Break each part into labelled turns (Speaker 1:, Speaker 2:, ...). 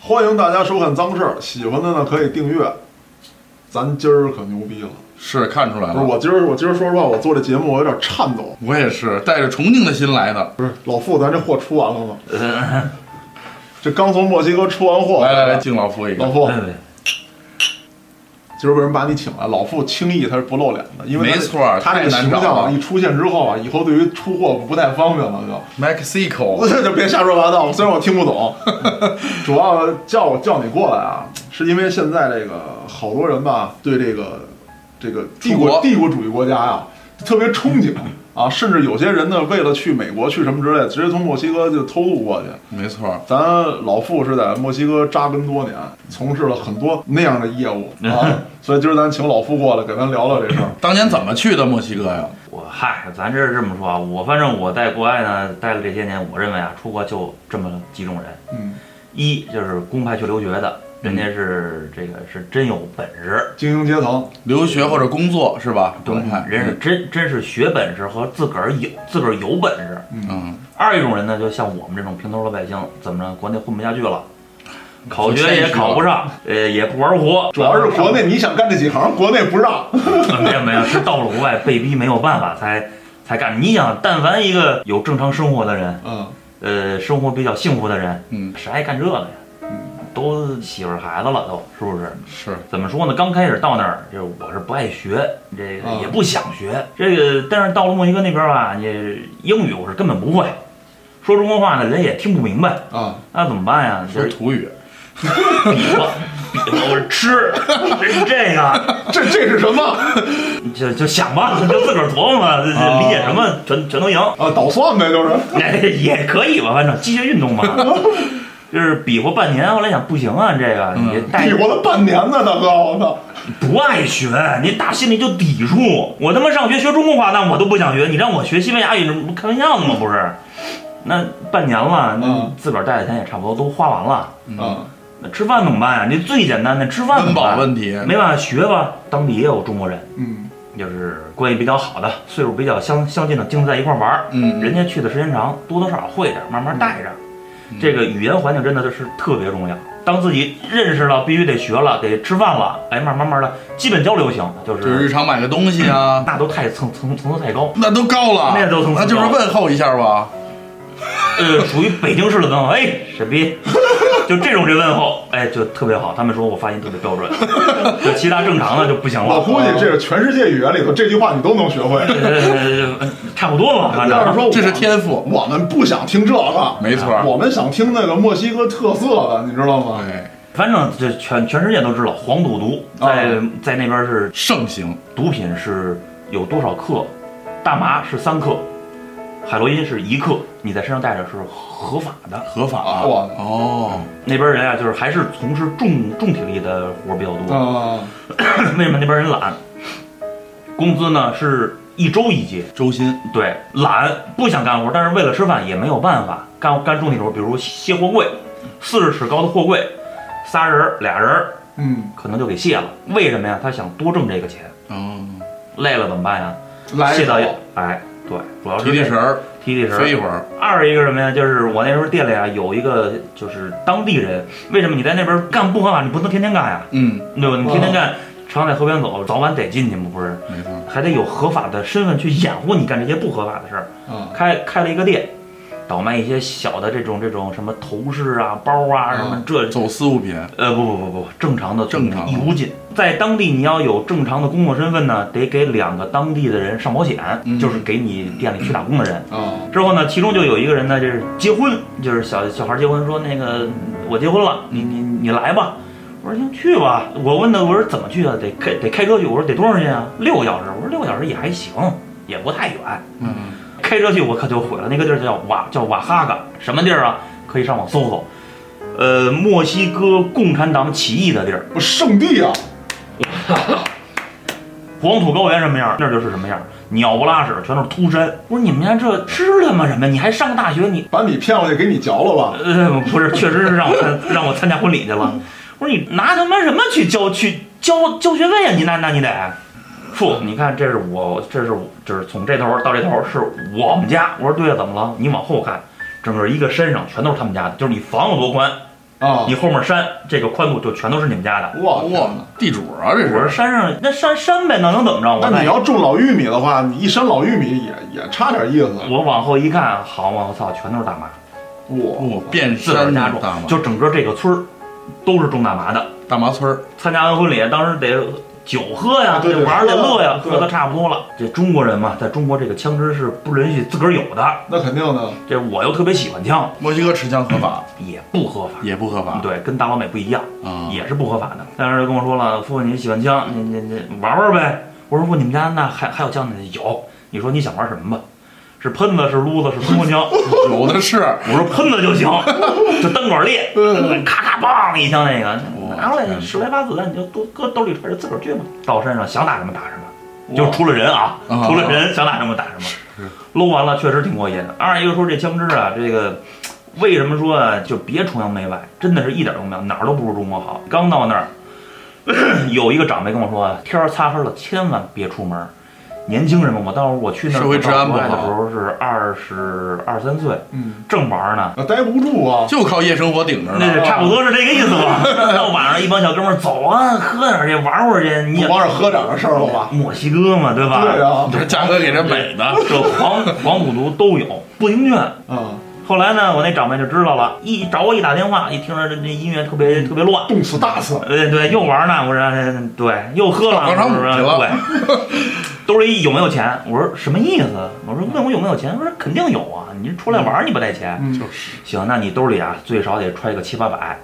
Speaker 1: 欢迎大家收看《脏事儿》，喜欢的呢可以订阅。咱今儿可牛逼了！
Speaker 2: 是看出来
Speaker 1: 不是
Speaker 2: 了，
Speaker 1: 我今儿，我今儿说实话，我做这节目我有点颤抖。
Speaker 2: 我也是带着崇敬的心来的。
Speaker 1: 不是老傅，咱这货出完了吗？
Speaker 3: 呃
Speaker 1: 这刚从墨西哥出完货，
Speaker 2: 来来来，敬老夫一
Speaker 1: 老
Speaker 2: 个，
Speaker 1: 傅，
Speaker 3: 对对，
Speaker 1: 今儿为什么把你请来？老傅轻易他是不露脸的，因为他
Speaker 2: 没错儿
Speaker 1: 他这个
Speaker 2: 太难
Speaker 1: 形
Speaker 2: 找
Speaker 1: 象啊
Speaker 2: 了
Speaker 1: 一出现之后啊，以后对于出货不太方便了就。
Speaker 2: Mexico，
Speaker 1: 我这就别瞎说八道，虽然我听不懂，主要叫我叫你过来啊，是因为现在这个好多人吧，对这个这个帝
Speaker 2: 出
Speaker 1: 国
Speaker 2: 国
Speaker 1: 帝国主义国家呀、特别憧憬啊，甚至有些人呢，为了去美国去什么之类的，直接从墨西哥就偷渡过去。
Speaker 2: 没错，
Speaker 1: 咱老傅是在墨西哥扎根多年，从事了很多那样的业务啊，所以今儿咱请老傅过来，给咱聊聊这事儿。
Speaker 2: 当年怎么去的墨西哥呀？
Speaker 3: 我嗨，咱这是这么说啊，我反正我在国外呢待了这些年，我认为啊，出国就这么几种人，
Speaker 1: 嗯，
Speaker 3: 一就是公派去留学的，人家是这个是真有本事，
Speaker 1: 精英阶层，
Speaker 2: 留学或者工作是吧？
Speaker 3: 对
Speaker 2: 公派，
Speaker 1: 嗯
Speaker 3: 人是真真是学本事和自个儿有自个儿有本事。
Speaker 2: 嗯，
Speaker 3: 二一种人呢，就像我们这种平头老百姓，怎么着，国内混不下去了，
Speaker 1: 嗯
Speaker 3: 考
Speaker 2: 谦
Speaker 3: 学
Speaker 2: 虚
Speaker 3: 也考不上，呃，也不玩活，
Speaker 1: 主要是国内你想干这几行，国内不让。
Speaker 3: 没有没有，是到了国外被逼没有办法才才干。你想，但凡一个有正常生活的人，
Speaker 1: 嗯，
Speaker 3: 呃，生活比较幸福的人，
Speaker 2: 嗯，
Speaker 3: 谁爱干这个呀？都媳妇儿孩子了都，是不是？
Speaker 2: 是
Speaker 3: 怎么说呢？刚开始到那儿，就是我是不爱学，这个
Speaker 1: 啊
Speaker 3: 也不想学，这个但是到了墨西哥那边吧，你英语我是根本不会，说中国话呢人也听不明白，
Speaker 1: 啊，
Speaker 3: 那怎么办呀？就
Speaker 2: 说
Speaker 3: 是
Speaker 2: 土语，
Speaker 3: 比划，比划，我是吃， 这是这个。
Speaker 1: 这这是什么？啊，
Speaker 3: 就就想吧，就自个儿琢磨吧，这这理解什么全全都赢，
Speaker 1: 呃捣蒜呗，就是。
Speaker 3: 也可以吧，反正机械 运动嘛，就是比划半年，后来想不行啊，这个
Speaker 2: 嗯
Speaker 3: 你带
Speaker 1: 比划了半年呢，大哥，我操！
Speaker 3: 不爱学，你打心里就抵触。我他妈上学学中国话，那我都不想学，你让我学西班牙语，这不开玩笑呢吗？不是，那半年了，
Speaker 1: 嗯
Speaker 3: 那自个儿带的钱也差不多都花完了，
Speaker 2: 嗯
Speaker 1: 啊，
Speaker 3: 那吃饭怎么办呀？你最简单的吃饭怎
Speaker 2: 温
Speaker 3: 么
Speaker 2: 饱
Speaker 3: 办？
Speaker 2: 问题，
Speaker 3: 没办法学吧，当地也有中国人。
Speaker 1: 嗯，
Speaker 3: 就是关系比较好的、岁数比较相相近的，经常在一块儿玩儿。
Speaker 2: 嗯
Speaker 3: 人家去的时间长，多多少少会点儿，慢慢带着。
Speaker 2: 嗯
Speaker 3: 这个语言环境真的是特别重要。当自己认识了，必须得学了，得吃饭了，哎，慢慢慢的，基本交流型就
Speaker 2: 就是日
Speaker 3: 是
Speaker 2: 常买个东西啊，
Speaker 3: 那都太层层层次太高，
Speaker 2: 那都高了，
Speaker 3: 那都从
Speaker 2: 那就是问候一下吧。
Speaker 3: 呃，属于北京式的问候，哎，沈 逼，就这种这问候，哎，就特别好。他们说我发音特别标准，就其他正常的就不行
Speaker 1: 我
Speaker 3: 了。
Speaker 1: 估计这是全世界语言里头这句话你都能学会。
Speaker 3: 呃，差不多吧，反
Speaker 1: 要是
Speaker 3: 正。
Speaker 1: 说我
Speaker 2: 啊这是天赋，
Speaker 1: 我们不想听这个，
Speaker 2: 没错儿
Speaker 1: 我们想听那个墨西哥特色的，你知道吗？
Speaker 2: 对，
Speaker 3: 反正这全全世界都知道，黄赌毒在、在那边是
Speaker 2: 盛行，
Speaker 3: 毒品是有多少克，大麻是三克，海洛因是一克，你在身上带着是合法的。
Speaker 2: 合法
Speaker 1: 啊哇
Speaker 2: 哦，
Speaker 3: 那边人啊，就是还是从事重重体力的活比较多。
Speaker 1: 啊，
Speaker 3: 为什么那边人懒？工资呢是一周一结，
Speaker 2: 周薪
Speaker 3: 对，懒不想干活，但是为了吃饭也没有办法，干干重体力活，比如卸货柜，四十尺高的货柜，仨人儿俩人儿
Speaker 1: 嗯，
Speaker 3: 可能就给卸了。为什么呀？他想多挣这个钱。
Speaker 2: 哦，
Speaker 3: 累了怎么办呀？
Speaker 1: 来
Speaker 3: 卸
Speaker 1: 一
Speaker 3: 到
Speaker 1: 口
Speaker 3: 一哎，对，主要是
Speaker 2: 提提神儿，
Speaker 3: 提提
Speaker 2: 飞一
Speaker 3: 神。
Speaker 2: 会儿，
Speaker 3: 二一个什么呀？就是我那时候店里啊有一个就是当地人，为什么你在那边干不合法？你不能天天干呀，
Speaker 2: 嗯，
Speaker 3: 对吧？你
Speaker 1: 哦
Speaker 3: 天天干，常在河边走，早晚得进去嘛，不是？
Speaker 2: 没错，
Speaker 3: 还得有合法的身份去掩护你干这些不合法的事儿。
Speaker 1: 啊，
Speaker 3: 开开了一个店，倒卖一些小的这种这种什么头饰啊、包啊什
Speaker 1: 哦
Speaker 3: 么这
Speaker 2: 走私物品，
Speaker 3: 呃，不不不不，正常的
Speaker 2: 正常的
Speaker 3: 义务尽，在当地你要有正常的工作身份呢，得给两个当地的人上保险，
Speaker 2: 嗯
Speaker 3: 就是给你店里去打工的人。
Speaker 1: 啊，
Speaker 3: 之后呢，其中就有一个人呢，就是结婚，就是小小孩结婚，说那个我结婚了，你你你来吧。我说行，去吧。我问他，我说怎么去啊？得开得开车去。我说得多长时间啊？六个小时。我说六个小时也还行，也不太远。
Speaker 2: 嗯，
Speaker 3: 开车去我可就毁了，那个地儿叫瓦叫瓦哈嘎，什么地儿啊？可以上网搜搜。呃，墨西哥共产党起义的地儿，
Speaker 1: 我圣地啊，
Speaker 3: 黄土高原什么样，那儿就是什么样，鸟不拉屎，全都是秃山。不是你们家这吃了吗？什么？你还上大学？你
Speaker 1: 把你骗过去给你嚼了吧。
Speaker 3: 呃， 不是，确实是让我参让我参加婚礼去了。我说你拿他妈什么去交去交交学费啊？你那那你得，说你看这是我这是我就是从这头到这头是我们家。我说对啊，怎么了？你往后看，整个一个山上全都是他们家的，就是你房有多宽，
Speaker 1: 啊
Speaker 3: 你，后面山这个宽度就全都是你们家的。
Speaker 1: 哇
Speaker 2: 哇，地主啊，这
Speaker 3: 我说
Speaker 2: 是
Speaker 3: 山上那山山呗，那能怎么着？我
Speaker 1: 那
Speaker 3: 那
Speaker 1: 你要种老玉米的话，你一山老玉米也也差点意思。
Speaker 3: 哎我往后一看，好嘛，我操，全都是大麻，
Speaker 1: 哇，
Speaker 2: 我哦变
Speaker 3: 自个儿
Speaker 2: 山
Speaker 3: 家
Speaker 2: 的
Speaker 3: 种
Speaker 2: 大，麻
Speaker 3: 就整个这个村儿都是种大麻的。
Speaker 2: 大麻村儿，
Speaker 3: 参加完婚礼，当时得酒喝呀，
Speaker 1: 啊对对
Speaker 3: 得玩儿得乐呀，
Speaker 1: 对
Speaker 3: 喝的差不多了。这中国人嘛，在中国这个枪支是不允许自个儿有的。
Speaker 1: 那肯定的。
Speaker 3: 这我又特别喜欢枪，
Speaker 2: 墨西哥持枪合法
Speaker 3: 也不合法。
Speaker 2: 也不合
Speaker 1: 啊
Speaker 2: 法
Speaker 3: 对，跟大老美不一样，
Speaker 2: 啊？
Speaker 3: 也是不合法的。但是就跟我说了，父亲你喜欢枪，你你你玩玩呗。我说不，你们家那还还有枪呢？有。你说你想玩什么吧？是喷子，是撸子，是冲锋枪。
Speaker 2: 有的是，
Speaker 3: 我说喷子 就行，就单管猎，
Speaker 2: 嗯
Speaker 3: 咔咔梆一枪那个，拿出来十来发子弹，你就都搁兜里揣着自个儿撅吧。到山上想打什么打什么，就除了人啊，
Speaker 2: 啊
Speaker 3: 除了人想打什么打什么。搂完了确实挺过瘾。二一个说这枪支啊，这个为什么说啊，就别崇洋媚外，真的是一点都没有，哪儿都不如中国好。刚到那儿， 有一个长辈跟我说啊，天儿擦黑了，千万别出门。年轻人嘛，我到时候我去那儿
Speaker 2: 社会治安不好
Speaker 3: 我到国外的时候是二十二三岁，
Speaker 1: 嗯，
Speaker 3: 正玩呢，
Speaker 1: 那待不住啊。
Speaker 2: 就靠夜生活顶着
Speaker 3: 那
Speaker 2: 呢。
Speaker 3: 是差不多是这个意思 吧。到晚上一帮小哥们儿走啊，喝点儿去，玩会儿去，你
Speaker 1: 不
Speaker 3: 也
Speaker 1: 光是喝点的事儿了吧？
Speaker 3: 墨西哥嘛，对吧？
Speaker 1: 对啊
Speaker 2: 这价格给这美的，
Speaker 3: 这黄黄赌毒都有，不行劝。
Speaker 1: 啊，
Speaker 3: 后来呢，我那长辈就知道了，一找我一打电话，一听着这这音乐特别特别乱，
Speaker 1: 动次大次。
Speaker 3: 对对，又玩呢，我说哎对，又喝了，
Speaker 2: 上广场舞
Speaker 3: 我
Speaker 2: 去
Speaker 3: 说
Speaker 2: 了
Speaker 3: 对， 兜里有没有钱？我说什么意思？我说问我有没有钱？我说肯定有啊，你出来玩儿你不带钱？
Speaker 1: 嗯，
Speaker 2: 是
Speaker 3: 行，那你兜里啊最少得揣个七八百，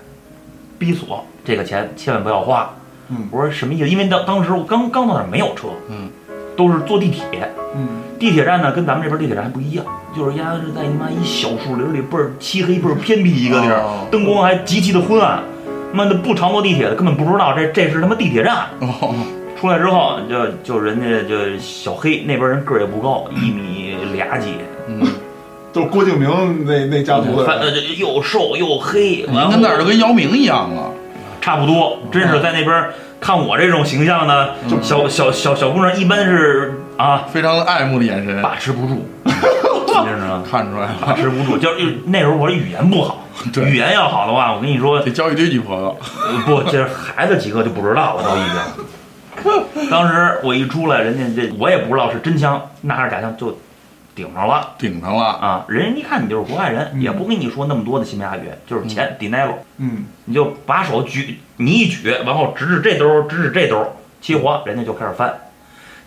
Speaker 3: 逼索这个钱千万不要花。
Speaker 1: 嗯
Speaker 3: 我说什么意思？因为当当时我刚刚到那儿没有车，
Speaker 2: 嗯，
Speaker 3: 都是坐地铁。
Speaker 1: 嗯，
Speaker 3: 地铁站呢跟咱们这边地铁站还不一样，就是丫的是在你妈一小树林里倍儿漆黑倍儿偏僻一个地儿，
Speaker 2: 哦
Speaker 3: 灯光还极其的昏暗。妈的不常坐地铁的根本不知道这这是他妈地铁站。
Speaker 2: 哦，
Speaker 3: 出来之后就就人家就小黑那边人个儿也不高，一米俩几，
Speaker 2: 嗯，
Speaker 1: 就是郭敬明那那家族
Speaker 3: 反
Speaker 1: 的人。
Speaker 3: 正就又瘦又黑，
Speaker 2: 您
Speaker 3: 完后
Speaker 2: 跟那儿就跟姚明一样了，
Speaker 3: 差不多，真
Speaker 1: 嗯
Speaker 3: 是在那边看我这种形象的
Speaker 2: 嗯
Speaker 3: 小小小小姑娘，一般是啊
Speaker 2: 非常爱慕的眼神，
Speaker 3: 把持不 住，你知道吗？
Speaker 2: 看出来了，
Speaker 3: 把持不住，就是那时候我语言 不好，
Speaker 2: 对
Speaker 3: 语言要好的话，我跟你说，
Speaker 2: 得交一堆女朋友，
Speaker 3: 呃不，这孩子几个就不知道了，都已经。当时我一出来，人家这我也不知道是真枪那还是假枪，就顶上了。
Speaker 2: 顶上了。
Speaker 3: 啊，人一看你就是国外人，
Speaker 1: 嗯
Speaker 3: 也不跟你说那么多的西班牙语，就是钱 dinero，
Speaker 1: 嗯，
Speaker 3: 你就把手举，你一举，然后指指这兜，指指这兜，齐活，人家就开始翻，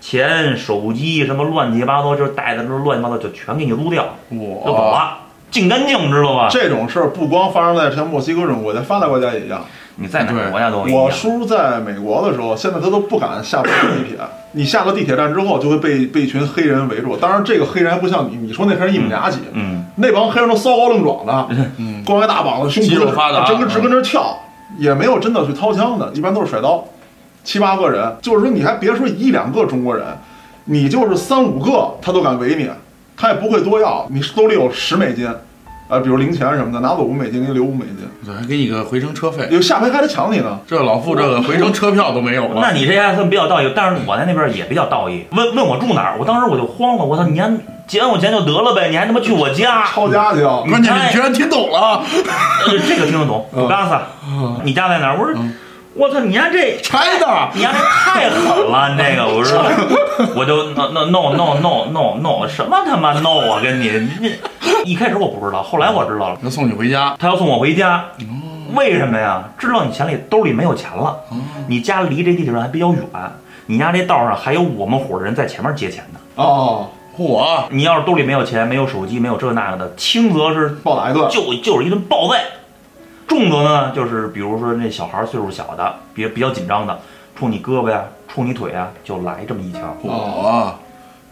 Speaker 3: 钱、手机什么乱七八糟，就是带的这乱七八糟就全给你撸掉，就走
Speaker 2: 我
Speaker 3: 了，净干净，知道吧？
Speaker 1: 这种事儿不光发生在像墨西哥这种国家，发达国家也一样。
Speaker 3: 你在哪个
Speaker 2: 对
Speaker 3: 国家都一样
Speaker 1: 我。叔在美国的时候，现在他都不敢下地铁。你下了地铁站之后，就会被被一群黑人围住。当然，这个黑人还不像你，你说那黑人一米俩几，
Speaker 3: 嗯，
Speaker 1: 那帮黑人都骚高愣壮的，
Speaker 2: 嗯
Speaker 1: 光一大膀子，胸
Speaker 2: 肌
Speaker 1: 脯
Speaker 2: 肉发达嗯
Speaker 1: 直跟直跟那儿跳，也没有真的去掏枪的，一般都是甩刀。七八个人，就是说你还别说一两个中国人，你就是三五个他都敢围你，他也不会多要。你兜里有十美金，呃，比如零钱什么的，拿走五美金给你留五美金，
Speaker 2: 对还给你个回程车费，
Speaker 1: 有下回还得抢你呢。
Speaker 2: 这老傅这个回程车票都没有
Speaker 3: 那
Speaker 2: 了。
Speaker 3: 你这还算比较道义，但是我在那边也比较道义。问问我住哪儿，我当时我就慌了，我操，你还结完我钱就得了呗，你还他妈去我家？
Speaker 1: 抄家去啊！
Speaker 2: 关键是你居然听懂了，
Speaker 3: 呃这个听得懂，
Speaker 1: 嗯
Speaker 3: 我告诉他，你家在哪儿？我说，我操，你家这，
Speaker 2: 拆的，
Speaker 3: 你家这太狠了，你这个，我说，我就 no no no no no no no 什么他妈 no 啊，跟你，你一开始我不知道，后来我知道了，
Speaker 2: 要送你回家。
Speaker 3: 他要送我回家，为什么呀？知道你钱里兜里没有钱了，你家离这地铁站还比较远，你家这道上还有我们伙儿人在前面接钱呢。
Speaker 1: 哦，
Speaker 2: 我
Speaker 3: 你要是兜里没有钱，没有手机，没有这那个的，轻则是
Speaker 1: 暴打一顿，
Speaker 3: 就就是一顿暴揍。重则呢，就是比如说那小孩儿岁数小的，比比较紧张的，冲你胳膊呀、冲你腿啊，就来这么一枪。
Speaker 2: 我哦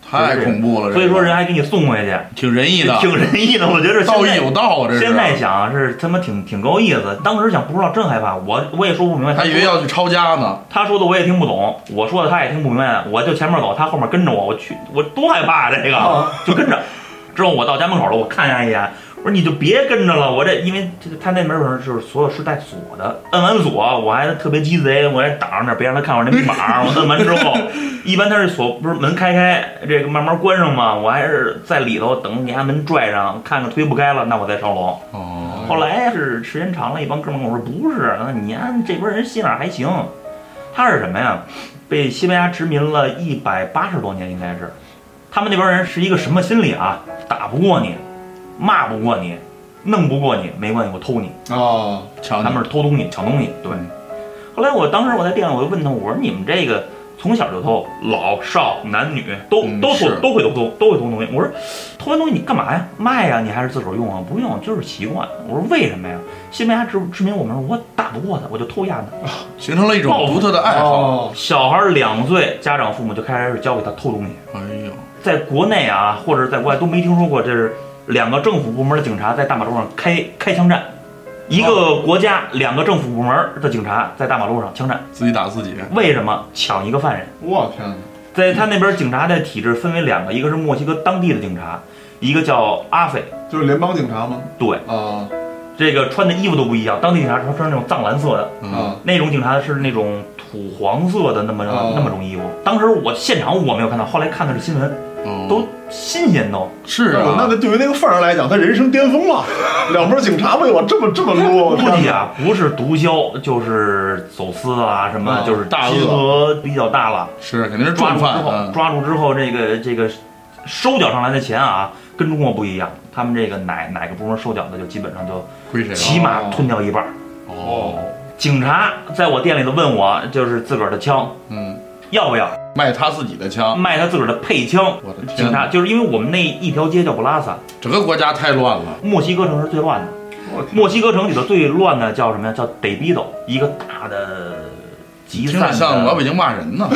Speaker 2: 太恐怖了，这个
Speaker 3: 所以说人还给你送回去，
Speaker 2: 挺仁义的，
Speaker 3: 挺仁义的。我觉得
Speaker 2: 道
Speaker 3: 现
Speaker 2: 义
Speaker 3: 在
Speaker 2: 有道啊，这
Speaker 3: 现在
Speaker 2: 是。
Speaker 3: 想啊是他妈挺挺够意思，当时想不知道，真害怕。我我也说不明白，
Speaker 2: 还以为要去抄家呢，
Speaker 3: 他说的我也听不懂，我说的他也听不明白，我就前面走，他后面
Speaker 2: 哦
Speaker 3: 跟着我，我去，我多害怕啊这个，
Speaker 1: 啊
Speaker 3: 就跟着。之后我到家门口了，我看他一眼，我说你就别跟着了，我这因为这个他那门本就是所有是带锁的，摁完锁我还特别鸡贼，我还挡着点儿，别让他看我那密码。我摁完之后，一般他是锁不是门开开，这个慢慢关上嘛，我还是在里头等你把门拽上，看看推不开了，那我再上楼。
Speaker 2: 哦，
Speaker 3: 后来是时间长了，一帮哥们儿跟我说不是，那你按这边人信仰还行。他是什么呀？被西班牙殖民了一百八十多年，应该是。他们那边人是一个什么心理啊？打不过你，骂不过你，弄不过你，没关系，我偷你。
Speaker 1: 啊，
Speaker 2: 瞧
Speaker 3: 他
Speaker 2: 你
Speaker 3: 们是偷东西、抢东西。对。后来我当时我在店里，我就问他，我说你们这个从小就偷，老少男女都
Speaker 2: 嗯
Speaker 3: 都偷
Speaker 2: 是，
Speaker 3: 都会偷东，都会偷东西。我说偷完东西你干嘛呀？卖呀？你还是自个儿用啊？不用，就是习惯。我说为什么呀？西班牙殖殖民我们，我打不过他，我就偷鸭子。
Speaker 2: 形成了一种独特的爱好。
Speaker 1: 哦，
Speaker 3: 小孩儿两岁，家长父母就开始教给他偷东西。
Speaker 2: 哎呦，
Speaker 3: 在国内啊，或者在国外都没听说过，这是两个政府部门的警察在大马路上开开枪战，一
Speaker 2: 哦
Speaker 3: 个国家两个政府部门的警察在大马路上枪战，
Speaker 2: 自己打自己，
Speaker 3: 为什么抢一个犯人？
Speaker 1: 我天哪，
Speaker 3: 在他那边，警察的体制分为两个，一个是墨西哥当地的警察，一个叫阿匪。
Speaker 1: 就是联邦警察吗？
Speaker 3: 对，
Speaker 1: 啊
Speaker 3: 这个穿的衣服都不一样，当地警察穿穿那种藏蓝色的，
Speaker 2: 嗯，
Speaker 1: 啊，
Speaker 3: 那种警察是那种土黄色的那么、
Speaker 1: 哦
Speaker 3: 那么种衣服。当时我现场我没有看到，后来看的是新闻，
Speaker 1: 嗯
Speaker 2: 哦
Speaker 3: 都新鲜都。
Speaker 2: 是
Speaker 1: 那我
Speaker 2: 啊，
Speaker 1: 那对于那个犯人来讲，他人生巅峰了，两边警察为我这么这么撸，哎我
Speaker 3: 目
Speaker 1: 天
Speaker 3: 的
Speaker 1: 哪，
Speaker 3: 啊，不是毒枭，就是走私啊，什么
Speaker 1: 哦
Speaker 3: 就是
Speaker 2: 大
Speaker 3: 金
Speaker 2: 鳄
Speaker 3: 额比较大了。
Speaker 2: 是肯定是
Speaker 3: 抓
Speaker 2: 重
Speaker 3: 住之
Speaker 2: 犯，
Speaker 3: 后，
Speaker 2: 嗯
Speaker 3: 抓住之后，这个这个收缴上来的钱啊，跟中国不一样，他们这个哪哪个部门收缴的，就基本上就
Speaker 2: 归谁了？
Speaker 3: 起码吞掉一半儿。
Speaker 2: 哦，
Speaker 3: 警察在我店里头问我，就是自个儿的枪
Speaker 2: 嗯，
Speaker 3: 要不要
Speaker 2: 卖他自己的枪，
Speaker 3: 卖他自个儿的配枪。
Speaker 2: 我的
Speaker 3: 嗯警
Speaker 2: 天
Speaker 3: 察
Speaker 2: 哪，
Speaker 3: 就是因为我们那一条街叫布拉萨，
Speaker 2: 整个国家太乱了。
Speaker 3: 墨西哥城是最乱的。
Speaker 1: 我天
Speaker 3: 墨西哥城里头最乱的叫什么呀？叫 d e b i d o 一个大的集
Speaker 2: 听
Speaker 3: 散
Speaker 2: 着像老
Speaker 3: 的
Speaker 2: 北京骂人 呢，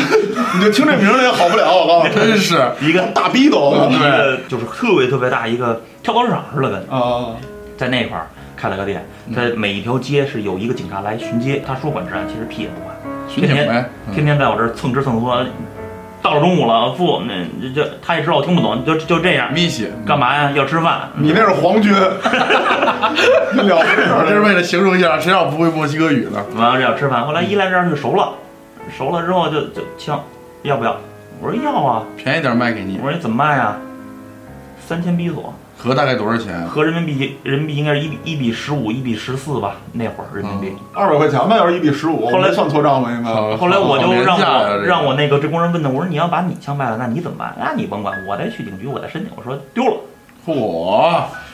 Speaker 1: 你就听这名儿也好不了，我告诉你，
Speaker 2: 真是
Speaker 3: 一个
Speaker 1: 大逼斗，我告诉
Speaker 3: 一
Speaker 1: 你
Speaker 3: 个就是特别特别大一个跳蚤市场似的，跟
Speaker 1: 啊，
Speaker 3: 在那块儿开了个店，
Speaker 2: 嗯
Speaker 3: 在每一条街是有一个警察来巡街，他说管治安，其实屁也不管，
Speaker 2: 巡警嗯呗，
Speaker 3: 天天在我这儿蹭吃蹭喝。到了中午了，付我们这这他也知道我听不懂，就就这样，
Speaker 2: 咪西
Speaker 3: 干？嘛呀？要吃饭？嗯
Speaker 1: 你那是皇 军，你了不
Speaker 2: 我这是
Speaker 1: 了，
Speaker 2: 为了形容一下，谁让不会墨西哥语呢？
Speaker 3: 完了要吃饭。后来一来这儿就熟了，熟了之后就就枪，要不要？我说要啊。
Speaker 2: 便宜点卖给你
Speaker 3: 我，说你怎么卖呀？三千比索，
Speaker 2: 合大概多少钱？啊
Speaker 3: 合人民币人民币应该是一比一比十五、一比十四吧，那会儿人民币。
Speaker 1: 二百块钱吧，要是一比十五，
Speaker 3: 后来
Speaker 1: 没算错账吧，应该。
Speaker 2: 好
Speaker 3: 后来我就
Speaker 2: 好廉
Speaker 3: 让
Speaker 2: 价呀
Speaker 3: 我
Speaker 2: 这个
Speaker 3: 让我那个这工人问他，我说你要把你枪卖了，那你怎么办？那你甭管，我再去警局，我再申请。我说丢了。
Speaker 2: 嚯，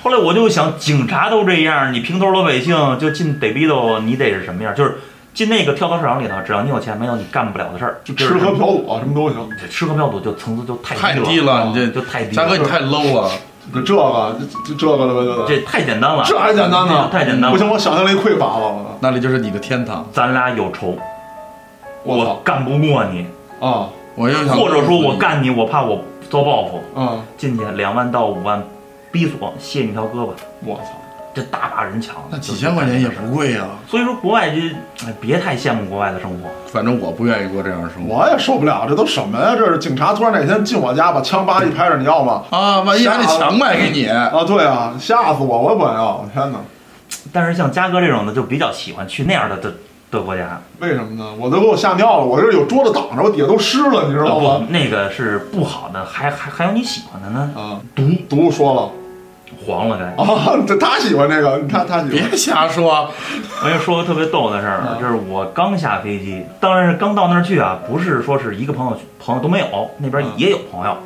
Speaker 3: 后来我就想，警察都这样，你平头老百姓就进得逼斗，你得是什么样？就是进那个跳蚤市场里头，只要你有钱，没有你干不了的事儿。就
Speaker 1: 吃喝嫖赌啊什么都行，
Speaker 3: 吃喝嫖赌就层次就太
Speaker 2: 太低
Speaker 3: 低了，
Speaker 2: 了，你这
Speaker 3: 就太低
Speaker 2: 嘉哥
Speaker 3: 了，
Speaker 2: 你太 low 了，
Speaker 1: 这这个这这个了吧，就得
Speaker 3: 这太简单了，
Speaker 1: 这还简单呢
Speaker 3: 这太简单
Speaker 1: 不
Speaker 3: 了。
Speaker 1: 行，我想象力匮乏了，
Speaker 2: 那里就是你的天堂。
Speaker 3: 咱俩有仇，
Speaker 1: 我
Speaker 3: 我
Speaker 1: 操
Speaker 3: 干不过你，
Speaker 1: 啊
Speaker 2: 我又想，
Speaker 3: 或者说我，干你，我怕我遭报复。
Speaker 1: 啊，
Speaker 3: 进去两万到五万，逼索卸你一条胳膊，
Speaker 1: 我操，
Speaker 3: 这大把人抢。
Speaker 2: 那几千块钱也不贵啊呀、
Speaker 3: 所以说国外就哎别太羡慕国外的生活。
Speaker 2: 反正我不愿意过这样的生活
Speaker 1: 我也受不了，这都什么呀？这是警察突然哪天进我家，把枪叭一拍着，你要吗？
Speaker 2: 啊！万一把那墙卖给你，
Speaker 1: 啊，对啊，吓死我，我也不想要，天哪！
Speaker 3: 但是像嘉哥这种的，就比较喜欢去那样的的的国家。
Speaker 1: 为什么呢？我都给我吓尿了，我这有桌子挡着，我底下都湿了，你知道
Speaker 3: 不
Speaker 2: 哦
Speaker 1: 吗？，
Speaker 3: 哦那个是不好的，还还还有你喜欢的呢，
Speaker 1: 啊，毒毒说了
Speaker 3: 黄了该。
Speaker 1: 啊， 这他喜欢这个，他他喜欢
Speaker 2: 别瞎说，啊
Speaker 3: 我跟你说个特别逗的事儿
Speaker 1: 啊，
Speaker 3: 就是我刚下飞机，当然是刚到那儿去啊，不是说是一个朋友朋友都没有，那边
Speaker 1: 嗯
Speaker 3: 也有朋友，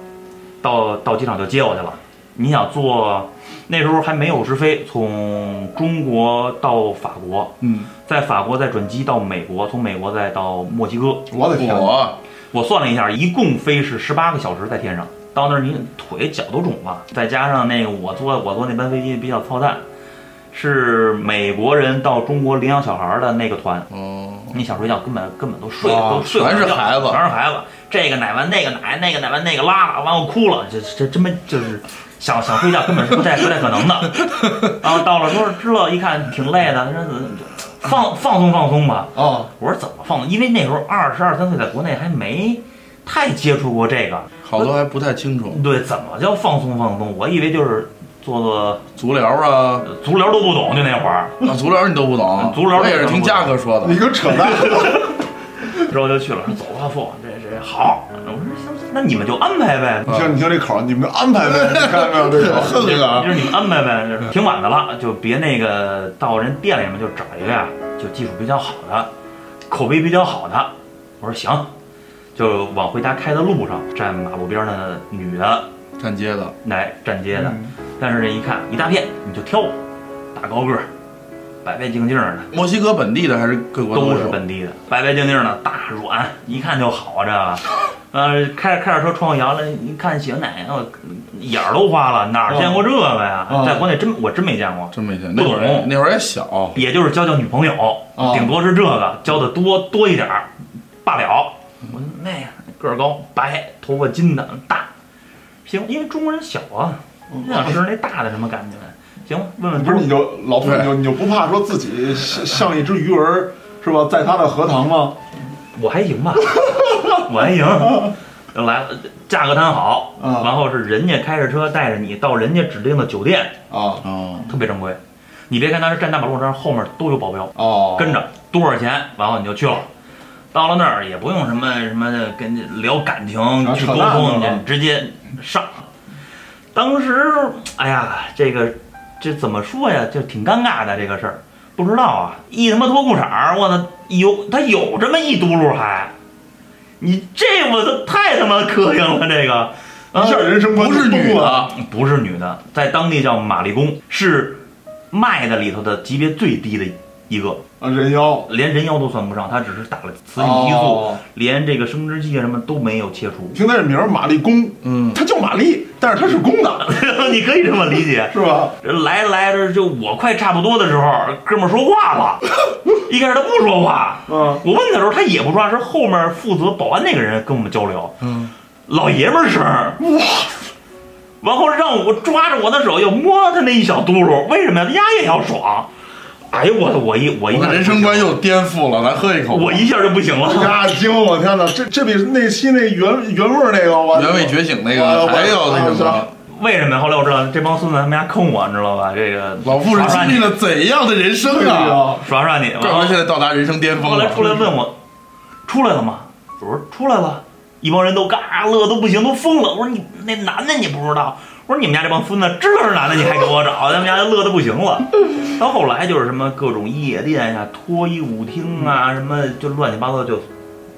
Speaker 3: 到到机场就接我去了。你想坐，那时候还没有直飞，从中国到法国，
Speaker 2: 嗯，
Speaker 3: 在法国再转机到美国，从美国再到墨西哥。
Speaker 1: 我的天，
Speaker 2: 我
Speaker 3: 我算了一下，一共飞是十八个小时在天上，到那儿你腿脚都肿了，再加上那个我坐我坐那班飞机比较操蛋，是美国人到中国领养小孩的那个团，
Speaker 2: 哦，
Speaker 3: 你想睡觉根本根本都睡
Speaker 1: 啊
Speaker 3: 都睡不着
Speaker 2: 全是
Speaker 3: 觉
Speaker 2: 孩子
Speaker 3: 全是孩子，这个奶完那个奶，那个奶完那个拉了，完我哭了，这这真没就是想想睡觉根本是不太不太可 能的，然后到了说知道一看挺累的，说放放松放松吧，
Speaker 1: 啊，
Speaker 3: 我说怎么放？因为那时候二十二三岁，在国内还没太接触过这个。
Speaker 2: 好多还不太清楚，
Speaker 3: 对，怎么叫放松放松？我以为就是做做
Speaker 2: 足疗啊，
Speaker 3: 呃足疗都不懂，就那会儿，
Speaker 2: 啊足疗你都不懂，
Speaker 3: 足疗
Speaker 2: 我也是听嘉哥说的
Speaker 1: 你。个扯淡！
Speaker 3: 然后就去了，说走吧，父，这这好。我说行，那你们就安排呗，
Speaker 1: 你听，你听这口儿，你们就安排呗，你看到没嗯有这口儿？
Speaker 2: 横着啊
Speaker 3: 就是你们安排呗，就是挺晚的了，就别那个到人店里面就找一个呀，就技术比较好的，口碑比较好的。我说行，就往回家开的路上，站马路边儿的女的
Speaker 2: 站街的，
Speaker 3: 来站街的，但是这一看一大片，你就挑，大高个儿，白白净净的，
Speaker 2: 墨西哥本地的还是各国
Speaker 3: 都是
Speaker 2: 有。
Speaker 3: 本地的，白白净净的，大软，一看就好这个。呃，开着开着车窗户摇了，一看血奶，我眼儿都花了，哪儿见过这个呀？
Speaker 1: 嗯
Speaker 3: 在国内真我真没见过，
Speaker 2: 真没见，
Speaker 3: 不
Speaker 2: 那
Speaker 3: 懂
Speaker 2: 会儿那会儿也小，哦
Speaker 3: 也就是交交女朋友，
Speaker 1: 啊
Speaker 3: 顶多是这个，交的多多一点儿罢了。我那样个儿高，白，头发金的，大，行，因为中国人小啊，你想吃那大的什么感觉？行，问问
Speaker 1: 不是
Speaker 3: 头
Speaker 1: 你就老傅，
Speaker 2: 对
Speaker 1: 你就你就不怕说自己像像一只鱼儿是吧，在他的荷塘吗？
Speaker 3: 我还 赢吧，我 还赢。来，价格谈好，
Speaker 1: 啊
Speaker 3: 然后是人家开着车带着你到人家指定的酒店，
Speaker 1: 啊
Speaker 2: 哦，
Speaker 3: 特别正规。你别看当时站大马路上，后面都有保镖
Speaker 1: 哦，
Speaker 3: 跟着，多少钱，然后你就去了。到了那儿也不用什么什么的跟你聊感情
Speaker 1: 啊
Speaker 3: 去
Speaker 1: 扯
Speaker 3: 沟
Speaker 1: 淡
Speaker 3: 通，
Speaker 1: 了
Speaker 3: 你直接上。当时，哎呀，这个这怎么说呀？就挺尴尬的这个事儿，不知道啊。一他妈脱裤衩儿，我操，有他有这么一嘟噜还，你这我操太他妈膈应了这个。啊
Speaker 1: 一下人生观
Speaker 2: 不是
Speaker 1: 就崩
Speaker 2: 女
Speaker 1: 了，啊
Speaker 2: 的，
Speaker 3: 不是女的，在当地叫玛丽宫，是卖的里头的级别最低的一个，
Speaker 1: 啊人妖
Speaker 3: 连人妖都算不上，她只是打了雌性激素，
Speaker 1: 哦。
Speaker 3: 连这个生殖器啊什么都没有切 除
Speaker 1: 听他这名儿，玛丽公，
Speaker 2: 嗯，
Speaker 1: 他叫玛丽，但是他是公的，
Speaker 3: 你可以这么理解。
Speaker 1: 是吧？
Speaker 3: 来着来着，就我快差不多的时候，哥们儿说话了。一开始他不说话，
Speaker 1: 嗯，
Speaker 3: 我问他的时候他也不说话，是后面负责保安那个人跟我们交流。
Speaker 2: 嗯，
Speaker 3: 老爷们儿声儿，哇！然后让我抓着我的手要摸他那一小嘟噜，为什么呀？丫也要爽。哎呦我我一我一
Speaker 2: 我
Speaker 3: 下
Speaker 2: 的人生观又颠覆了，咱喝一口吧，
Speaker 3: 我一下就不行了。
Speaker 1: 呀，惊！我天哪，这这比那期那原原味儿那个我
Speaker 2: 原味觉醒那
Speaker 1: 啊我
Speaker 2: 个还要那
Speaker 1: 我
Speaker 2: 什么。
Speaker 3: 为什么呀？后来我知道这帮孙子他们家坑我，你知道吧？这个
Speaker 2: 老傅是
Speaker 3: 耍耍
Speaker 2: 经历
Speaker 3: 你，
Speaker 2: 了怎样的人生
Speaker 1: 对
Speaker 2: 啊？
Speaker 1: 哎呀，
Speaker 3: 耍耍你。
Speaker 2: 怪不得现在到达人生巅峰
Speaker 3: 后来出来
Speaker 2: 了。
Speaker 3: 问我，出来了吗？我说出来了。一帮人都嘎乐都不行，都疯了。我说你那男的你不知道？我说你们家这帮孙子知道是男的你还给我找，他 们家就乐的不行了。到后来就是什么各种夜店呀、脱衣舞厅啊，什么就乱七八糟就，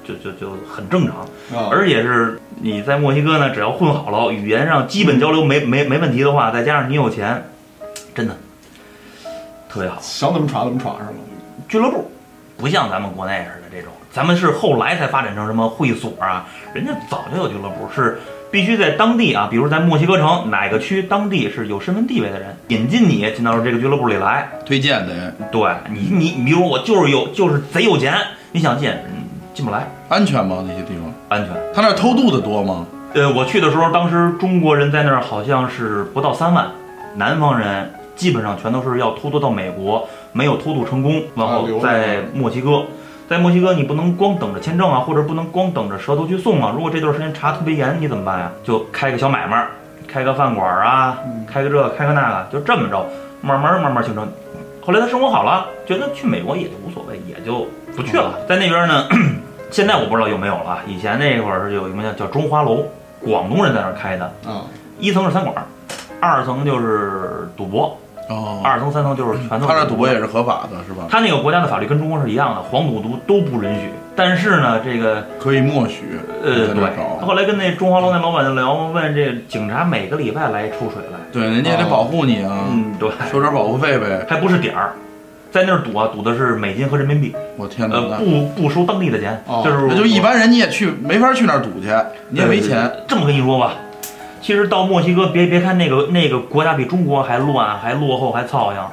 Speaker 3: 就就就很正常。
Speaker 2: 嗯
Speaker 1: 啊
Speaker 3: 而且是你在墨西哥呢，只要混好了，语言上基本交流没没没问题的话，再加上你有钱，真的特别好。
Speaker 1: 想怎么耍怎么耍是吗？
Speaker 3: 俱乐部，不像咱们国内似的这种，咱们是后来才发展成什么会所啊，人家早就有俱乐部，是必须在当地啊，比如在墨西哥城哪个区，当地是有身份地位的人引进你进到这个俱乐部里来，
Speaker 2: 推荐得
Speaker 3: 对你你你比如我就是有就是贼有钱，你想进、嗯、进不来，
Speaker 2: 安全吗？那些地方，
Speaker 3: 安全。
Speaker 2: 他那偷渡的多吗？
Speaker 3: 呃，我去的时候，当时中国人在那儿好像是不到三万，南方人基本上全都是要偷渡到美国，没有偷渡成功，然
Speaker 1: 啊
Speaker 3: 后
Speaker 1: 留着
Speaker 3: 在墨西哥，在墨西哥你不能光等着签证啊，或者不能光等着舌头去送啊，如果这段时间查特别严，你怎么办呀？就开个小买卖儿，开个饭馆儿啊，
Speaker 1: 嗯
Speaker 3: 开个这开个那个，就这么着，慢慢慢慢形成。后来他生活好了，觉得去美国也就无所谓，也就不去
Speaker 1: 嗯
Speaker 3: 了。在那边呢， 现在我不知道有没有了。以前那会儿是有一个叫中华楼，广东人在那儿开的，
Speaker 2: 嗯
Speaker 1: 啊，
Speaker 3: 一层是餐馆儿，二层就是赌博，
Speaker 2: 哦，
Speaker 3: 二层三层就是全都
Speaker 2: 他
Speaker 3: 是
Speaker 2: 那赌博也是合法的，是吧？
Speaker 3: 他那个国家的法律跟中国是一样的，黄赌毒都不允许。但是呢，这个
Speaker 2: 可以默许
Speaker 3: 呃，
Speaker 2: 在
Speaker 3: 对
Speaker 2: 那儿，搞。
Speaker 3: 后来跟那中华楼那老板就聊，问这警察每个礼拜来抽水来，
Speaker 2: 对，人
Speaker 1: 哦
Speaker 2: 家也得保护你啊，
Speaker 3: 嗯，对，
Speaker 2: 收点保护费呗。
Speaker 3: 还不是点儿，在那儿赌啊，赌的是美金和人民币，
Speaker 2: 我天哪，
Speaker 3: 呃，
Speaker 2: 那
Speaker 3: 不不收当地的钱，
Speaker 1: 哦
Speaker 3: 就是
Speaker 2: 那就一般人你也去没法去那儿赌去，你也没钱。
Speaker 3: 这么跟你说吧，其实到墨西哥，别别看那个那个国家比中国还乱、还落后、还操样，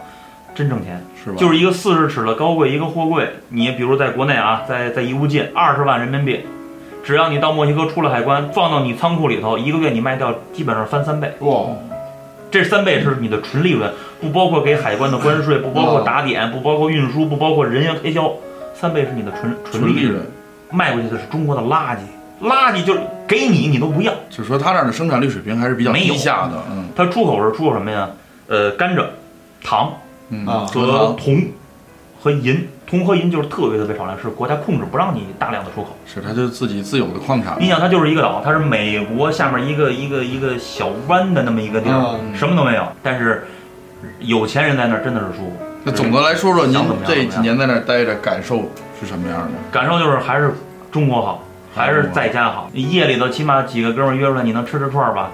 Speaker 3: 真挣钱。
Speaker 2: 是吧？
Speaker 3: 就是一个四十尺的高柜，一个货柜，你比如在国内啊，在在义乌进二十万人民币，只要你到墨西哥出了海关，放到你仓库里头，一个月你卖掉基本上翻三倍。
Speaker 1: 哇，
Speaker 3: 这三倍是你的纯利润，不包括给海关的关税，不包括打点，不包括运输，不包括人员开销，三倍是你的纯纯
Speaker 2: 纯利
Speaker 3: 利润。
Speaker 2: 润，
Speaker 3: 卖过去的是中国的垃圾，垃圾就是给你你都不要。
Speaker 2: 就是说他那儿的生产力水平还是比较
Speaker 3: 没有啊
Speaker 2: 低下的，嗯
Speaker 3: 它出口是出口什么呀？呃，甘蔗、糖
Speaker 2: 嗯
Speaker 1: 啊
Speaker 3: 和
Speaker 2: 和糖
Speaker 3: 铜和银，铜和银就是特别特别少量，是国家控制不让你大量的出口。
Speaker 2: 是他就自己自有的矿产，
Speaker 3: 你想，它就是一个岛，它是美国下面一个一个一个小湾的那么一个地儿，
Speaker 1: 嗯
Speaker 3: 什么都没有。但是有钱人在那儿真的是舒服。
Speaker 2: 那总的来说说，您
Speaker 3: 想怎么样嗯
Speaker 2: 这几年在那儿待着感受是什么样的？
Speaker 3: 感受就是还是中国好，还是在家好。夜里头起码几个哥们儿约出来，你能吃吃串儿吧？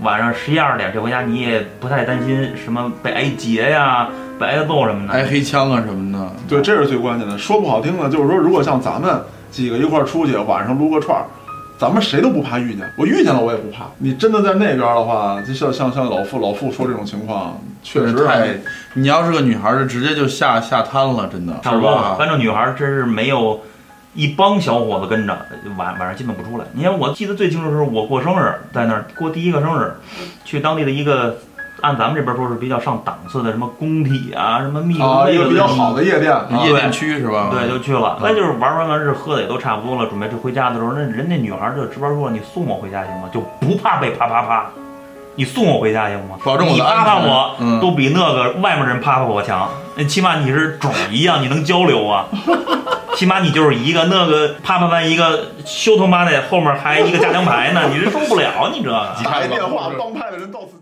Speaker 3: 晚上十一二点这回家，你也不太担心什么被挨劫呀、被挨揍什么的。
Speaker 2: 挨黑枪啊什么的，
Speaker 1: 对，这是最关键的。说不好听的，就是说，如果像咱们几个一块儿出去，晚上撸个串儿，咱们谁都不怕遇见。我遇见了，我也不怕。你真的在那边的话，就像像像老傅老傅说这种情况，确实还
Speaker 2: 太，你要是个女孩儿，就直接就下下滩了，真的，
Speaker 3: 差不
Speaker 2: 是
Speaker 3: 多了。
Speaker 2: 吧？
Speaker 3: 反正女孩儿真是没有一帮小伙子跟着，晚晚上基本不出来。你看，我记得最清楚的是我过生日，在那儿过第一个生日，去当地的一个。按咱们这边说是比较上档次的，什么工体啊，什么密
Speaker 1: 啊、
Speaker 3: 那
Speaker 1: 一个比较好的夜店，啊
Speaker 2: 就夜店区是吧？
Speaker 3: 啊对，就去了。
Speaker 2: 嗯
Speaker 3: 那就是玩完完事喝的也都差不多了，准备就回家的时候，那人那女孩就直白说：“你送我回家行吗？就不怕被啪啪啪？你送我回家行吗？
Speaker 2: 保证我
Speaker 3: 你
Speaker 2: 的
Speaker 3: 啪
Speaker 2: 安
Speaker 3: 啪
Speaker 2: 全
Speaker 3: 我、
Speaker 2: 嗯
Speaker 3: 都比那个外面人啪啪我强，那起码你是种一样，你能交流啊。”起码你就是一个那个啪啪完一个修他妈的，后面还一个加强牌呢，你是受不了你这个。
Speaker 2: 啊
Speaker 1: 打一电话，帮派的人到此